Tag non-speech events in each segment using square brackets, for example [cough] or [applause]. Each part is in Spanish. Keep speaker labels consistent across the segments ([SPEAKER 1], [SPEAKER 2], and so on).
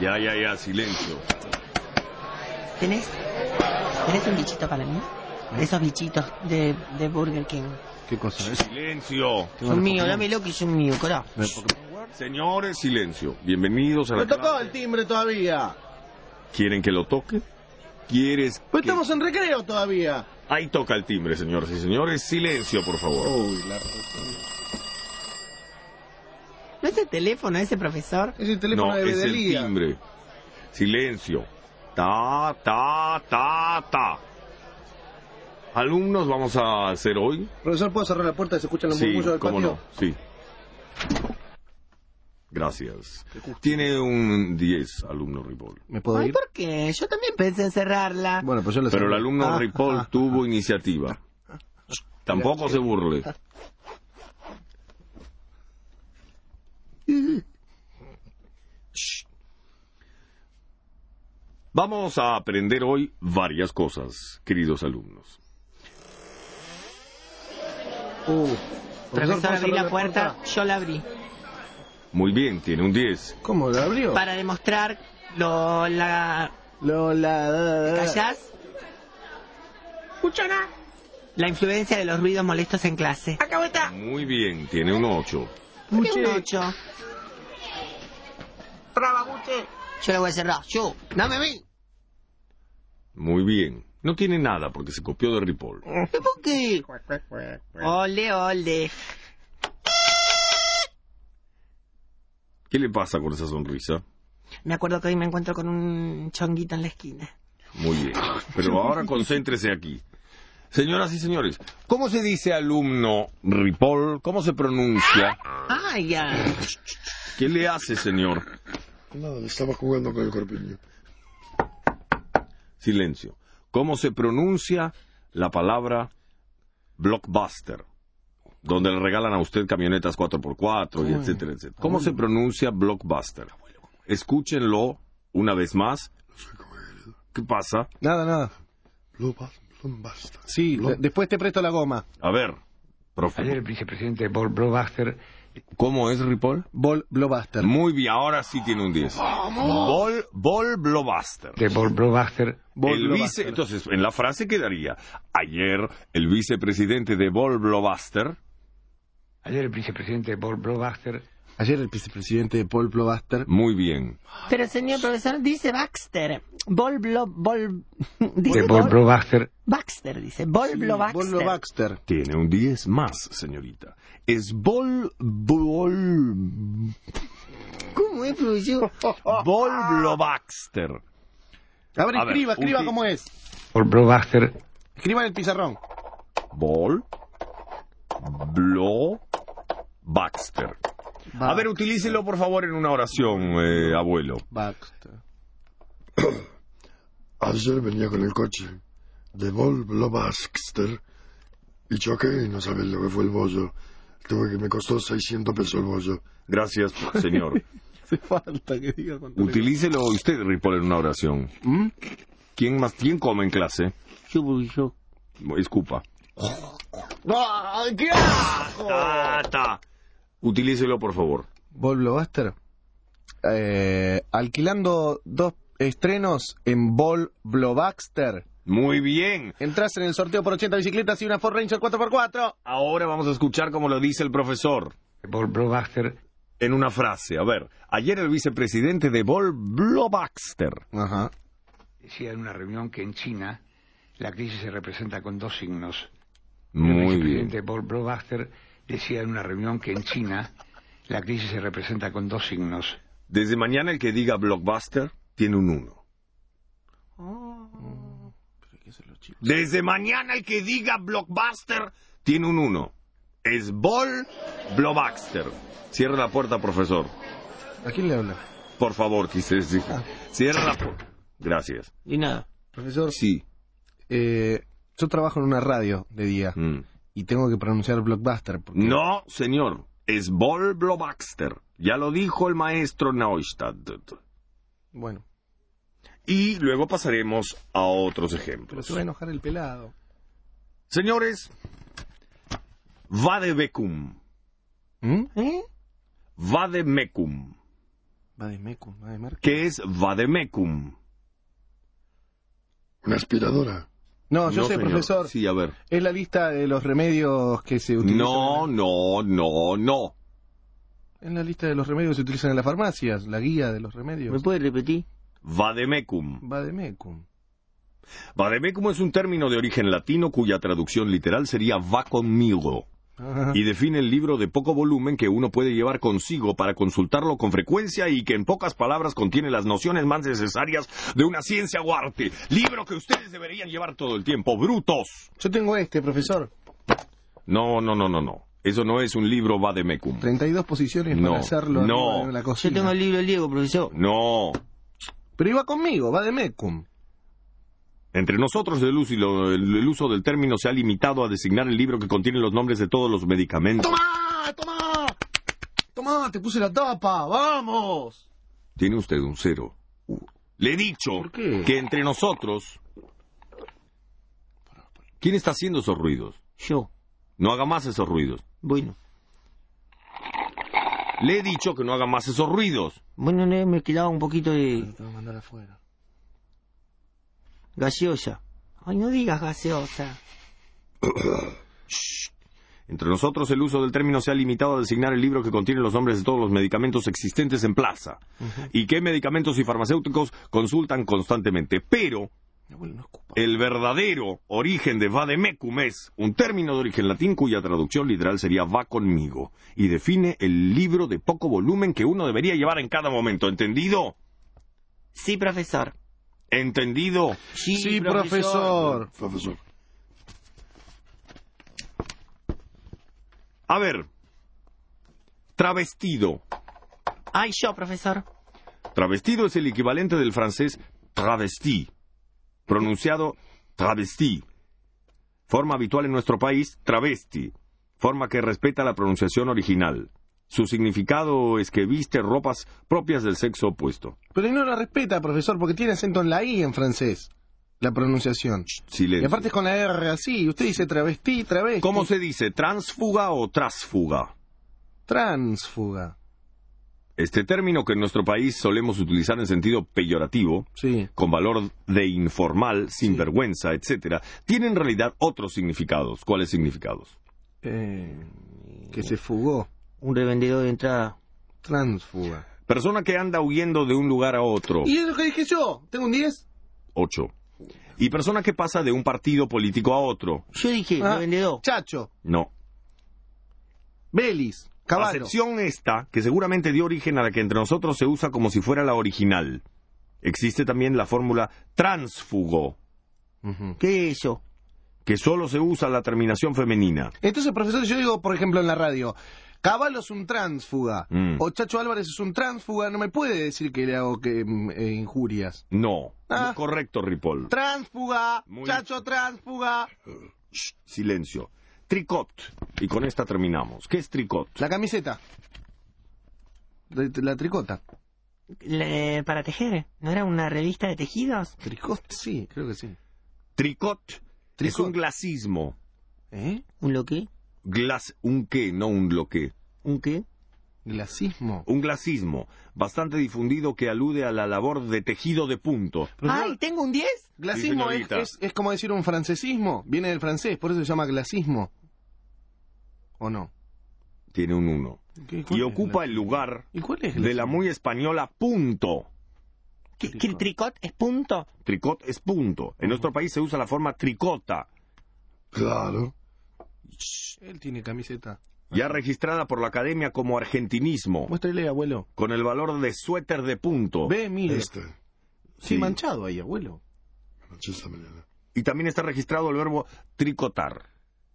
[SPEAKER 1] Ya, ya, ya, silencio.
[SPEAKER 2] ¿Tenés, tenés un bichito para mí?
[SPEAKER 3] ¿Eh?
[SPEAKER 2] De esos bichitos de, de Burger King.
[SPEAKER 3] ¿Qué cosa es?
[SPEAKER 1] Silencio.
[SPEAKER 3] Tengo
[SPEAKER 2] Son
[SPEAKER 3] los
[SPEAKER 2] míos,
[SPEAKER 3] Pokémon.
[SPEAKER 2] dámelo que son míos, carajo.
[SPEAKER 3] Me- Pokémon.
[SPEAKER 1] Señores, silencio. Bienvenidos a
[SPEAKER 4] No
[SPEAKER 1] la...
[SPEAKER 4] tocó el timbre todavía.
[SPEAKER 1] ¿Quieren que lo toque? ¿Quieres que-
[SPEAKER 4] Pues estamos en recreo todavía.
[SPEAKER 1] Ahí toca el timbre, señoras y señores. Silencio, por favor.
[SPEAKER 4] Uy, la...
[SPEAKER 2] ¿No es el teléfono ese profesor?
[SPEAKER 4] Es el teléfono
[SPEAKER 1] No,
[SPEAKER 4] de
[SPEAKER 1] es el
[SPEAKER 4] Bedelía.
[SPEAKER 1] timbre. Silencio. Ta, ta, ta, ta. Alumnos, vamos a hacer hoy.
[SPEAKER 4] Profesor, ¿puedo cerrar la puerta? ¿Se escuchan los
[SPEAKER 1] Sí,
[SPEAKER 4] murmullos del
[SPEAKER 1] cómo
[SPEAKER 4] patio?
[SPEAKER 1] no, sí. Gracias. Tiene un 10, alumno Ripoll.
[SPEAKER 3] ¿Me puedo
[SPEAKER 2] Ay,
[SPEAKER 3] ir?
[SPEAKER 2] ¿por qué? Yo también pensé en cerrarla.
[SPEAKER 3] Bueno, pues yo lo
[SPEAKER 1] Pero el
[SPEAKER 3] cerré.
[SPEAKER 1] alumno
[SPEAKER 3] Ah,
[SPEAKER 1] Ripoll
[SPEAKER 3] ah.
[SPEAKER 1] tuvo iniciativa. Tampoco se burle. Shh. Vamos a aprender hoy varias cosas, queridos alumnos.
[SPEAKER 4] Uh, ¿puedo
[SPEAKER 2] Profesor,
[SPEAKER 4] cerrar
[SPEAKER 2] abrí la puerta, yo la abrí.
[SPEAKER 1] Muy bien, tiene un 10.
[SPEAKER 4] ¿Cómo la abrió?
[SPEAKER 2] Para demostrar lo la...
[SPEAKER 4] Lola.
[SPEAKER 2] ¿Callás?
[SPEAKER 5] Cuchara,
[SPEAKER 2] La influencia de los ruidos molestos en clase.
[SPEAKER 5] acabo esta.
[SPEAKER 1] Muy bien, tiene un 8.
[SPEAKER 2] ¿Por qué un ocho?
[SPEAKER 5] Trabaguche,
[SPEAKER 2] Yo la voy a cerrar. Yo, dame a mí.
[SPEAKER 1] Muy bien. No tiene nada porque se copió de Ripoll.
[SPEAKER 2] ¿Pero ¿Por qué? Ole, ole.
[SPEAKER 1] ¿Qué le pasa con esa sonrisa?
[SPEAKER 2] Me acuerdo que hoy me encuentro con un chonguito en la esquina.
[SPEAKER 1] Muy bien. Pero ahora concéntrese aquí. Señoras y señores, ¿cómo se dice alumno Ripoll? ¿Cómo se pronuncia?
[SPEAKER 2] Ay, Ah, ya.
[SPEAKER 1] ¿Qué le hace, señor?
[SPEAKER 6] No, estaba jugando con el corpiño.
[SPEAKER 1] Silencio. ¿Cómo se pronuncia la palabra blockbuster? Donde le regalan a usted camionetas 4x4 y etcétera, etcétera. ¿Cómo se pronuncia blockbuster? Escúchenlo una vez más. ¿Qué pasa?
[SPEAKER 3] Nada, nada.
[SPEAKER 6] Blue Bas- Blue Basta.
[SPEAKER 3] Sí,
[SPEAKER 6] Blue-
[SPEAKER 3] de- después te presto la goma.
[SPEAKER 1] A ver,
[SPEAKER 7] Ayer
[SPEAKER 1] profe.
[SPEAKER 7] el vicepresidente Paul Blockbuster
[SPEAKER 1] ¿Cómo es Ripoll?
[SPEAKER 3] Bol Blockbuster.
[SPEAKER 1] Muy bien, ahora sí tiene un 10. Bol, bol blockbuster.
[SPEAKER 7] de Paul Blockbuster
[SPEAKER 3] Bol
[SPEAKER 1] El vice,
[SPEAKER 3] Blockbuster.
[SPEAKER 1] entonces, en la frase quedaría, ayer el vicepresidente de Bol Blockbuster
[SPEAKER 7] ayer el vicepresidente Paul Blockbuster
[SPEAKER 3] Ayer el vicepresidente de Paul Blockbuster.
[SPEAKER 1] Muy bien.
[SPEAKER 2] Pero señor profesor, dice Baxter. Bol, blo, bol... [laughs] Dice
[SPEAKER 7] de Paul
[SPEAKER 2] bol-
[SPEAKER 7] Blockbuster
[SPEAKER 2] Baxter, dice. Bol, blo,
[SPEAKER 3] Bol
[SPEAKER 2] Baxter.
[SPEAKER 3] Blockbuster.
[SPEAKER 1] Tiene un 10 más, señorita. Es Bol Bol
[SPEAKER 2] ¿Cómo es, Fluyú?
[SPEAKER 1] Bol Blockbuster.
[SPEAKER 3] A ver,
[SPEAKER 1] A ver,
[SPEAKER 3] escriba, escriba
[SPEAKER 1] un-
[SPEAKER 3] cómo es.
[SPEAKER 7] Paul Blockbuster
[SPEAKER 3] Escriba en el pizarrón.
[SPEAKER 1] Bol Blo Baxter. A ver, utilícelo por favor en una oración, eh, abuelo.
[SPEAKER 3] Baxter.
[SPEAKER 6] Ayer venía con el coche de Vol Blobaster y choqué y no sabes lo que fue el bollo. Tuve que me costó 600 pesos el bollo.
[SPEAKER 1] Gracias, señor.
[SPEAKER 3] [laughs] Hace falta que diga con ¿Mm?
[SPEAKER 1] Utilícelo usted, Ripoll, en una oración. ¿Quién más? ¿Quién come en clase?
[SPEAKER 3] pues,
[SPEAKER 1] Yo, Escupa.
[SPEAKER 4] ¿Qué?
[SPEAKER 1] Ta, ta. Utilícelo, por favor.
[SPEAKER 3] Bol Blockbuster. Eh, alquilando dos estrenos en Bol Blockbuster.
[SPEAKER 1] Muy bien.
[SPEAKER 3] Entrás en el sorteo por 80 bicicletas y una Ford Ranger 4x4.
[SPEAKER 1] Ahora vamos a escuchar cómo lo dice el profesor.
[SPEAKER 7] de Paul Blockbuster
[SPEAKER 1] En una frase, a ver. Ayer el vicepresidente de Bol Blockbuster.
[SPEAKER 3] Ajá.
[SPEAKER 7] decía en una reunión que en China la crisis se representa con dos signos el
[SPEAKER 1] Muy bien.
[SPEAKER 7] vicepresidente Paul Blockbuster decía en una reunión que en China la crisis se representa con dos signos
[SPEAKER 1] Desde mañana el que diga Blockbuster tiene un 1. Desde mañana el que diga Blockbuster tiene un 1. Es Bol Blockbuster. Cierra la puerta, profesor.
[SPEAKER 3] ¿A quién le habla?
[SPEAKER 1] Por favor, quise decir. Cierra la puerta. Gracias.
[SPEAKER 2] Y nada.
[SPEAKER 3] Profesor,
[SPEAKER 1] Sí.
[SPEAKER 3] eh, yo trabajo en una radio de día
[SPEAKER 1] Mm.
[SPEAKER 3] y tengo que pronunciar blockbuster. porque-
[SPEAKER 1] No, señor. Es Bol Blockbuster. Ya lo dijo el maestro Neustadt.
[SPEAKER 3] Bueno,
[SPEAKER 1] Y luego pasaremos a otros
[SPEAKER 3] pero
[SPEAKER 1] ejemplos.
[SPEAKER 3] se va a enojar el pelado.
[SPEAKER 1] Señores, vademecum,
[SPEAKER 3] ¿Mm?
[SPEAKER 2] ¿Eh?
[SPEAKER 1] vademecum,
[SPEAKER 3] Vademecum, Vademer-
[SPEAKER 1] ¿Qué es vademecum?
[SPEAKER 6] Una aspiradora.
[SPEAKER 3] No, yo
[SPEAKER 1] No,
[SPEAKER 3] sé,
[SPEAKER 1] señor.
[SPEAKER 3] profesor.
[SPEAKER 1] Sí, a ver.
[SPEAKER 3] Es la lista de los remedios que se utilizan.
[SPEAKER 1] No, no, no, no.
[SPEAKER 3] En la, es la lista de los remedios que se utilizan en las farmacias, la guía de los
[SPEAKER 2] [laughs] ¿Me
[SPEAKER 3] remedios.
[SPEAKER 2] puede repetir?
[SPEAKER 1] Vademecum.
[SPEAKER 3] Vademecum.
[SPEAKER 1] Vademecum es un término de origen latino cuya traducción literal sería va conmigo.
[SPEAKER 3] Ajá.
[SPEAKER 1] y define el libro de poco volumen que uno puede llevar consigo para consultarlo con frecuencia y que en pocas palabras contiene las nociones más necesarias de una ciencia o arte. Libro que ustedes deberían llevar todo el tiempo, brutos.
[SPEAKER 3] Yo tengo este, profesor.
[SPEAKER 1] No, no, no, no, no. Eso no es un libro vademecum.
[SPEAKER 3] 32 posiciones
[SPEAKER 1] No,
[SPEAKER 3] para hacerlo
[SPEAKER 1] no.
[SPEAKER 3] arriba en la cocina.
[SPEAKER 2] Yo tengo el libro del Diego, profesor.
[SPEAKER 1] No.
[SPEAKER 3] Pero iba conmigo, Vademecum.
[SPEAKER 1] Entre nosotros el uso, y lo- el, el uso del término se ha limitado a designar el libro que contiene los nombres de todos los medicamentos.
[SPEAKER 3] ¡Tomá! ¡Tomá! ¡Tomá! ¡Te puse la tapa! ¡Vamos!
[SPEAKER 1] Tiene usted un cero. Le he dicho
[SPEAKER 3] ¿Por qué?
[SPEAKER 1] que entre nosotros... ¿Quién está haciendo esos ruidos?
[SPEAKER 2] Yo.
[SPEAKER 1] No haga más esos ruidos.
[SPEAKER 2] Bueno.
[SPEAKER 1] Le he dicho que no haga más esos ruidos.
[SPEAKER 2] Bueno, le- me quedaba un poquito de
[SPEAKER 3] Te voy a mandar afuera.
[SPEAKER 2] gaseosa. Ay, no digas gaseosa.
[SPEAKER 1] Entre nosotros, el uso del término se ha limitado a designar el libro que contiene los nombres de todos los medicamentos existentes en plaza y qué medicamentos y farmacéuticos consultan constantemente. Pero
[SPEAKER 3] Mi abuelo no escupa.
[SPEAKER 1] el verdadero origen de vademecum es un término de origen latín cuya traducción literal sería va conmigo y define el libro de poco volumen que uno debería llevar en cada momento. ¿Entendido?
[SPEAKER 2] Sí, profesor.
[SPEAKER 1] ¿Entendido?
[SPEAKER 2] Sí,
[SPEAKER 6] Profesor.
[SPEAKER 1] A ver. Travestido.
[SPEAKER 2] Ay, yo, profesor.
[SPEAKER 1] Travestido es el equivalente del francés travesti, pronunciado travesti. Forma habitual en nuestro país, travesti, forma que respeta la pronunciación original. Su significado es que viste ropas propias del sexo opuesto.
[SPEAKER 3] Pero ahí no la respeta, profesor, porque tiene acento en la I en francés. La pronunciación. Y
[SPEAKER 1] Silencio.
[SPEAKER 3] aparte es con la R así. Usted dice travesti, travesti.
[SPEAKER 1] ¿Cómo se dice? ¿Transfuga o trasfuga?
[SPEAKER 3] Transfuga.
[SPEAKER 1] Este término que en nuestro país solemos utilizar en sentido peyorativo,
[SPEAKER 3] Sí.
[SPEAKER 1] con valor de informal, sinvergüenza, etcétera, tiene en realidad otros significados. ¿Cuáles significados?
[SPEAKER 3] Eh, que se fugó.
[SPEAKER 2] Un revendedor de entrada.
[SPEAKER 3] Transfuga.
[SPEAKER 1] Persona que anda huyendo de un lugar a otro.
[SPEAKER 3] Y es lo que dije yo. ¿Tengo un 10?
[SPEAKER 1] 8. Y persona que pasa de un partido político a otro.
[SPEAKER 2] Yo dije,
[SPEAKER 3] Ah.
[SPEAKER 2] revendedor.
[SPEAKER 3] Chacho.
[SPEAKER 1] No.
[SPEAKER 3] Belis. Caballo.
[SPEAKER 1] Acepción esta, que seguramente dio origen a la que entre nosotros se usa como si fuera la original. Existe también la fórmula transfugo,
[SPEAKER 3] Ujú.
[SPEAKER 2] ¿Qué es eso?
[SPEAKER 1] que solo se usa la terminación femenina.
[SPEAKER 3] Entonces, profesor, yo digo, por ejemplo, en la radio, Caballo es un transfuga,
[SPEAKER 1] Mm.
[SPEAKER 3] o Chacho Álvarez es un transfuga, no me puede decir que le hago que, mm, eh, injurias.
[SPEAKER 1] No.
[SPEAKER 3] Ah.
[SPEAKER 1] Correcto, Ripoll.
[SPEAKER 3] Transfuga,
[SPEAKER 1] Muy-
[SPEAKER 3] Chacho transfuga.
[SPEAKER 1] Shh, silencio. Tricot. Y con esta terminamos. ¿Qué es tricot?
[SPEAKER 3] La camiseta. La, la tricota.
[SPEAKER 2] Le- eh, para tejer. ¿No era una revista de tejidos?
[SPEAKER 3] Tricot, sí, creo que sí.
[SPEAKER 1] Tricot, es
[SPEAKER 3] Tricot.
[SPEAKER 1] un glacismo.
[SPEAKER 3] ¿Eh?
[SPEAKER 2] ¿Un lo qué?
[SPEAKER 1] Glas, un qué, no un lo que.
[SPEAKER 2] ¿Un qué?
[SPEAKER 3] Glacismo.
[SPEAKER 1] un glacismo bastante difundido que alude a la labor de tejido de punto.
[SPEAKER 2] ¡Ay, tengo un 10!
[SPEAKER 3] Glacismo es,
[SPEAKER 1] señorita.
[SPEAKER 3] es- es como decir un francesismo, viene del francés, por eso se llama glacismo. ¿O no?
[SPEAKER 1] Tiene un uno.
[SPEAKER 3] ¿Qué- cuál
[SPEAKER 1] Y
[SPEAKER 3] es
[SPEAKER 1] ocupa el
[SPEAKER 3] glacismo?
[SPEAKER 1] lugar
[SPEAKER 3] ¿Y cuál es
[SPEAKER 1] de la
[SPEAKER 3] glacismo?
[SPEAKER 1] muy española punto.
[SPEAKER 2] ¿Qué, que el tricot es punto?
[SPEAKER 1] Tricot es punto. En nuestro país se usa la forma tricota,
[SPEAKER 6] Claro.
[SPEAKER 3] Él tiene camiseta.
[SPEAKER 1] ya registrada por la academia como argentinismo,
[SPEAKER 3] Muéstrele, abuelo.
[SPEAKER 1] con el valor de suéter de punto.
[SPEAKER 3] Ve, mire.
[SPEAKER 6] Este.
[SPEAKER 3] Sí,
[SPEAKER 1] Sí.
[SPEAKER 3] manchado ahí, abuelo.
[SPEAKER 6] Chista mañana.
[SPEAKER 1] Y también está registrado el verbo tricotar,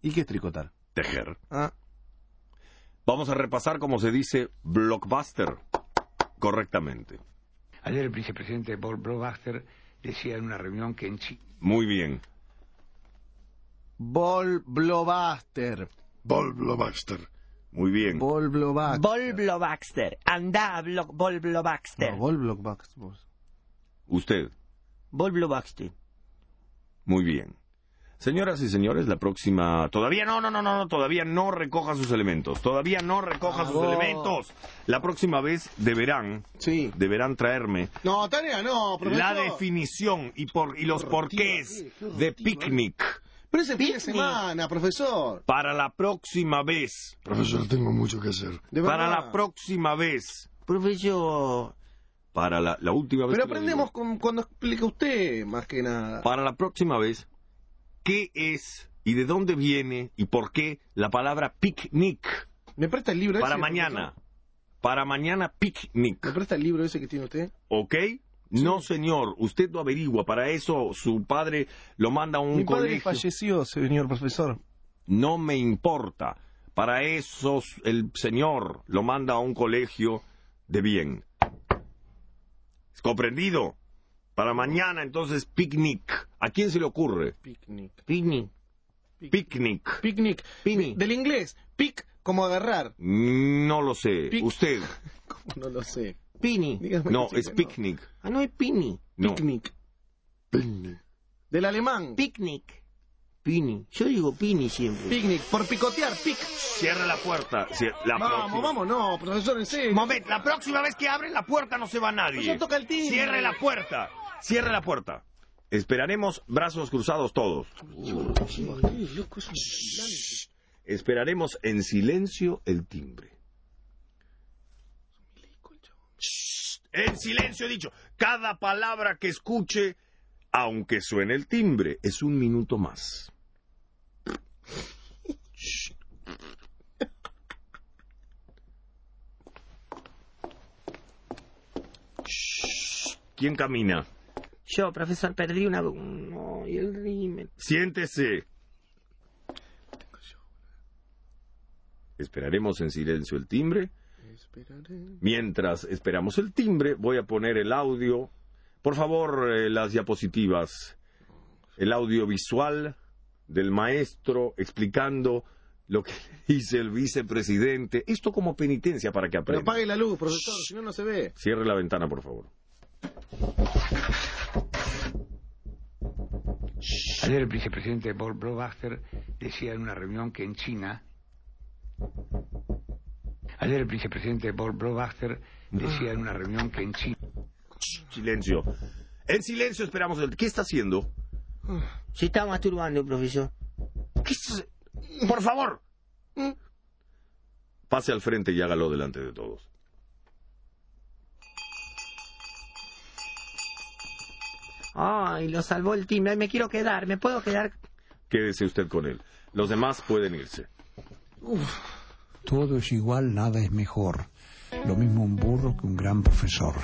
[SPEAKER 3] ¿Y qué es tricotar?
[SPEAKER 1] tejer.
[SPEAKER 3] Ah,
[SPEAKER 1] Vamos a repasar cómo se dice blockbuster correctamente.
[SPEAKER 7] Ayer el vicepresidente Paul Blockbuster decía en una reunión que en China...
[SPEAKER 1] Muy bien.
[SPEAKER 3] bol blobaster.
[SPEAKER 6] Volvo Baxter.
[SPEAKER 1] Muy bien.
[SPEAKER 3] Bol
[SPEAKER 2] Ah,
[SPEAKER 3] blobaster.
[SPEAKER 2] Volblo Baxter. Andá, blo- Volblo Baxter.
[SPEAKER 3] No, bol blockbuster.
[SPEAKER 1] Usted.
[SPEAKER 2] Volblo Baxter.
[SPEAKER 1] Muy bien. Señoras y señores, la próxima... Todavía no, no, no, no, no, todavía no recoja sus elementos. Todavía no recoja
[SPEAKER 3] Ah,
[SPEAKER 1] sus elementos. La próxima vez deberán,
[SPEAKER 3] Sí.
[SPEAKER 1] deberán traerme
[SPEAKER 3] No, tarea no,
[SPEAKER 1] la
[SPEAKER 3] profesor.
[SPEAKER 1] definición y, por, y los porqués
[SPEAKER 3] ¿eh?
[SPEAKER 1] de picnic
[SPEAKER 3] Pero es el fin de semana, profesor.
[SPEAKER 1] para la próxima vez.
[SPEAKER 6] Profesor, tengo mucho que hacer.
[SPEAKER 3] De
[SPEAKER 1] Para
[SPEAKER 3] verdad.
[SPEAKER 1] la próxima vez. Profesor. Para la, la última vez.
[SPEAKER 3] Pero
[SPEAKER 1] que lo
[SPEAKER 3] aprendemos
[SPEAKER 1] digo.
[SPEAKER 3] con- cuando explica usted, más que nada.
[SPEAKER 1] Para la próxima vez, ¿qué es y de dónde viene y por qué la palabra picnic?
[SPEAKER 3] ¿Me presta el libro
[SPEAKER 1] Para
[SPEAKER 3] ese,
[SPEAKER 1] mañana.
[SPEAKER 3] profesor?
[SPEAKER 1] Para mañana
[SPEAKER 3] ¿Me
[SPEAKER 1] picnic.
[SPEAKER 3] presta el libro ese que tiene usted?
[SPEAKER 1] ¿Ok? No, señor. Usted lo averigua. Para eso su padre lo manda a un
[SPEAKER 3] Mi padre
[SPEAKER 1] colegio.
[SPEAKER 3] falleció, señor profesor.
[SPEAKER 1] no me importa. Para eso el Señor lo manda a un colegio de bien. ¿Comprendido? Para mañana entonces picnic. ¿A quién se le ocurre?
[SPEAKER 3] Picnic.
[SPEAKER 1] Picnic. Picnic.
[SPEAKER 3] Picnic.
[SPEAKER 1] Picnic.
[SPEAKER 3] Del inglés, pic como agarrar.
[SPEAKER 1] No lo sé.
[SPEAKER 3] Pic-
[SPEAKER 1] Usted.
[SPEAKER 3] No lo sé.
[SPEAKER 1] Pini.
[SPEAKER 3] Dígame
[SPEAKER 1] No,
[SPEAKER 3] que sí,
[SPEAKER 1] es
[SPEAKER 3] que [laughs] no.
[SPEAKER 1] picnic. Ah, no es pini. No.
[SPEAKER 3] Picnic.
[SPEAKER 6] Picnic.
[SPEAKER 3] Del alemán.
[SPEAKER 2] Picnic. Pini. Yo digo pini siempre.
[SPEAKER 3] Picnic. Por picotear, pic.
[SPEAKER 1] Cierra la puerta. Cier- la próxima.
[SPEAKER 3] Vamos, vamos, no, profesor, en serio.
[SPEAKER 1] Moment, la próxima vez que abren la puerta no se va nadie.
[SPEAKER 3] Pues Yo toca el timbre.
[SPEAKER 1] Cierre la puerta. Cierre la puerta. Esperaremos brazos cruzados todos. Shh. Esperaremos en silencio el timbre. Shh. En silencio he dicho. Cada palabra que escuche, aunque suene el timbre, es un minuto más. ¿Quién camina?
[SPEAKER 2] Yo, profesor, perdí una... No, y el rímel.
[SPEAKER 1] Siéntese. Esperaremos en silencio el timbre. Mientras esperamos el timbre, voy a poner el audio. Por favor, eh, las diapositivas. El audio visual del maestro explicando lo que [laughs] dice el vicepresidente. Esto como penitencia para que
[SPEAKER 3] Pero
[SPEAKER 1] aprenda.
[SPEAKER 3] apague la luz, profesor, si no, no se ve.
[SPEAKER 1] Cierre la ventana, por favor.
[SPEAKER 7] Ayer el vicepresidente Paul Blockbuster decía en una reunión que en China. Ayer el vicepresidente Paul Blockbuster decía en una reunión que en China.
[SPEAKER 1] Silencio. En silencio esperamos el... ¿Qué está haciendo?
[SPEAKER 2] Se está masturbando, profesor.
[SPEAKER 1] ¿Qué es- Por favor. Pase al frente y hágalo delante de todos.
[SPEAKER 2] Ay, lo salvó el timbre. Ay, me quiero quedar. ¿Me puedo quedar?
[SPEAKER 1] Quédese usted con él. Los demás pueden irse.
[SPEAKER 5] Todo es igual, nada es mejor. Lo mismo un burro que un gran profesor.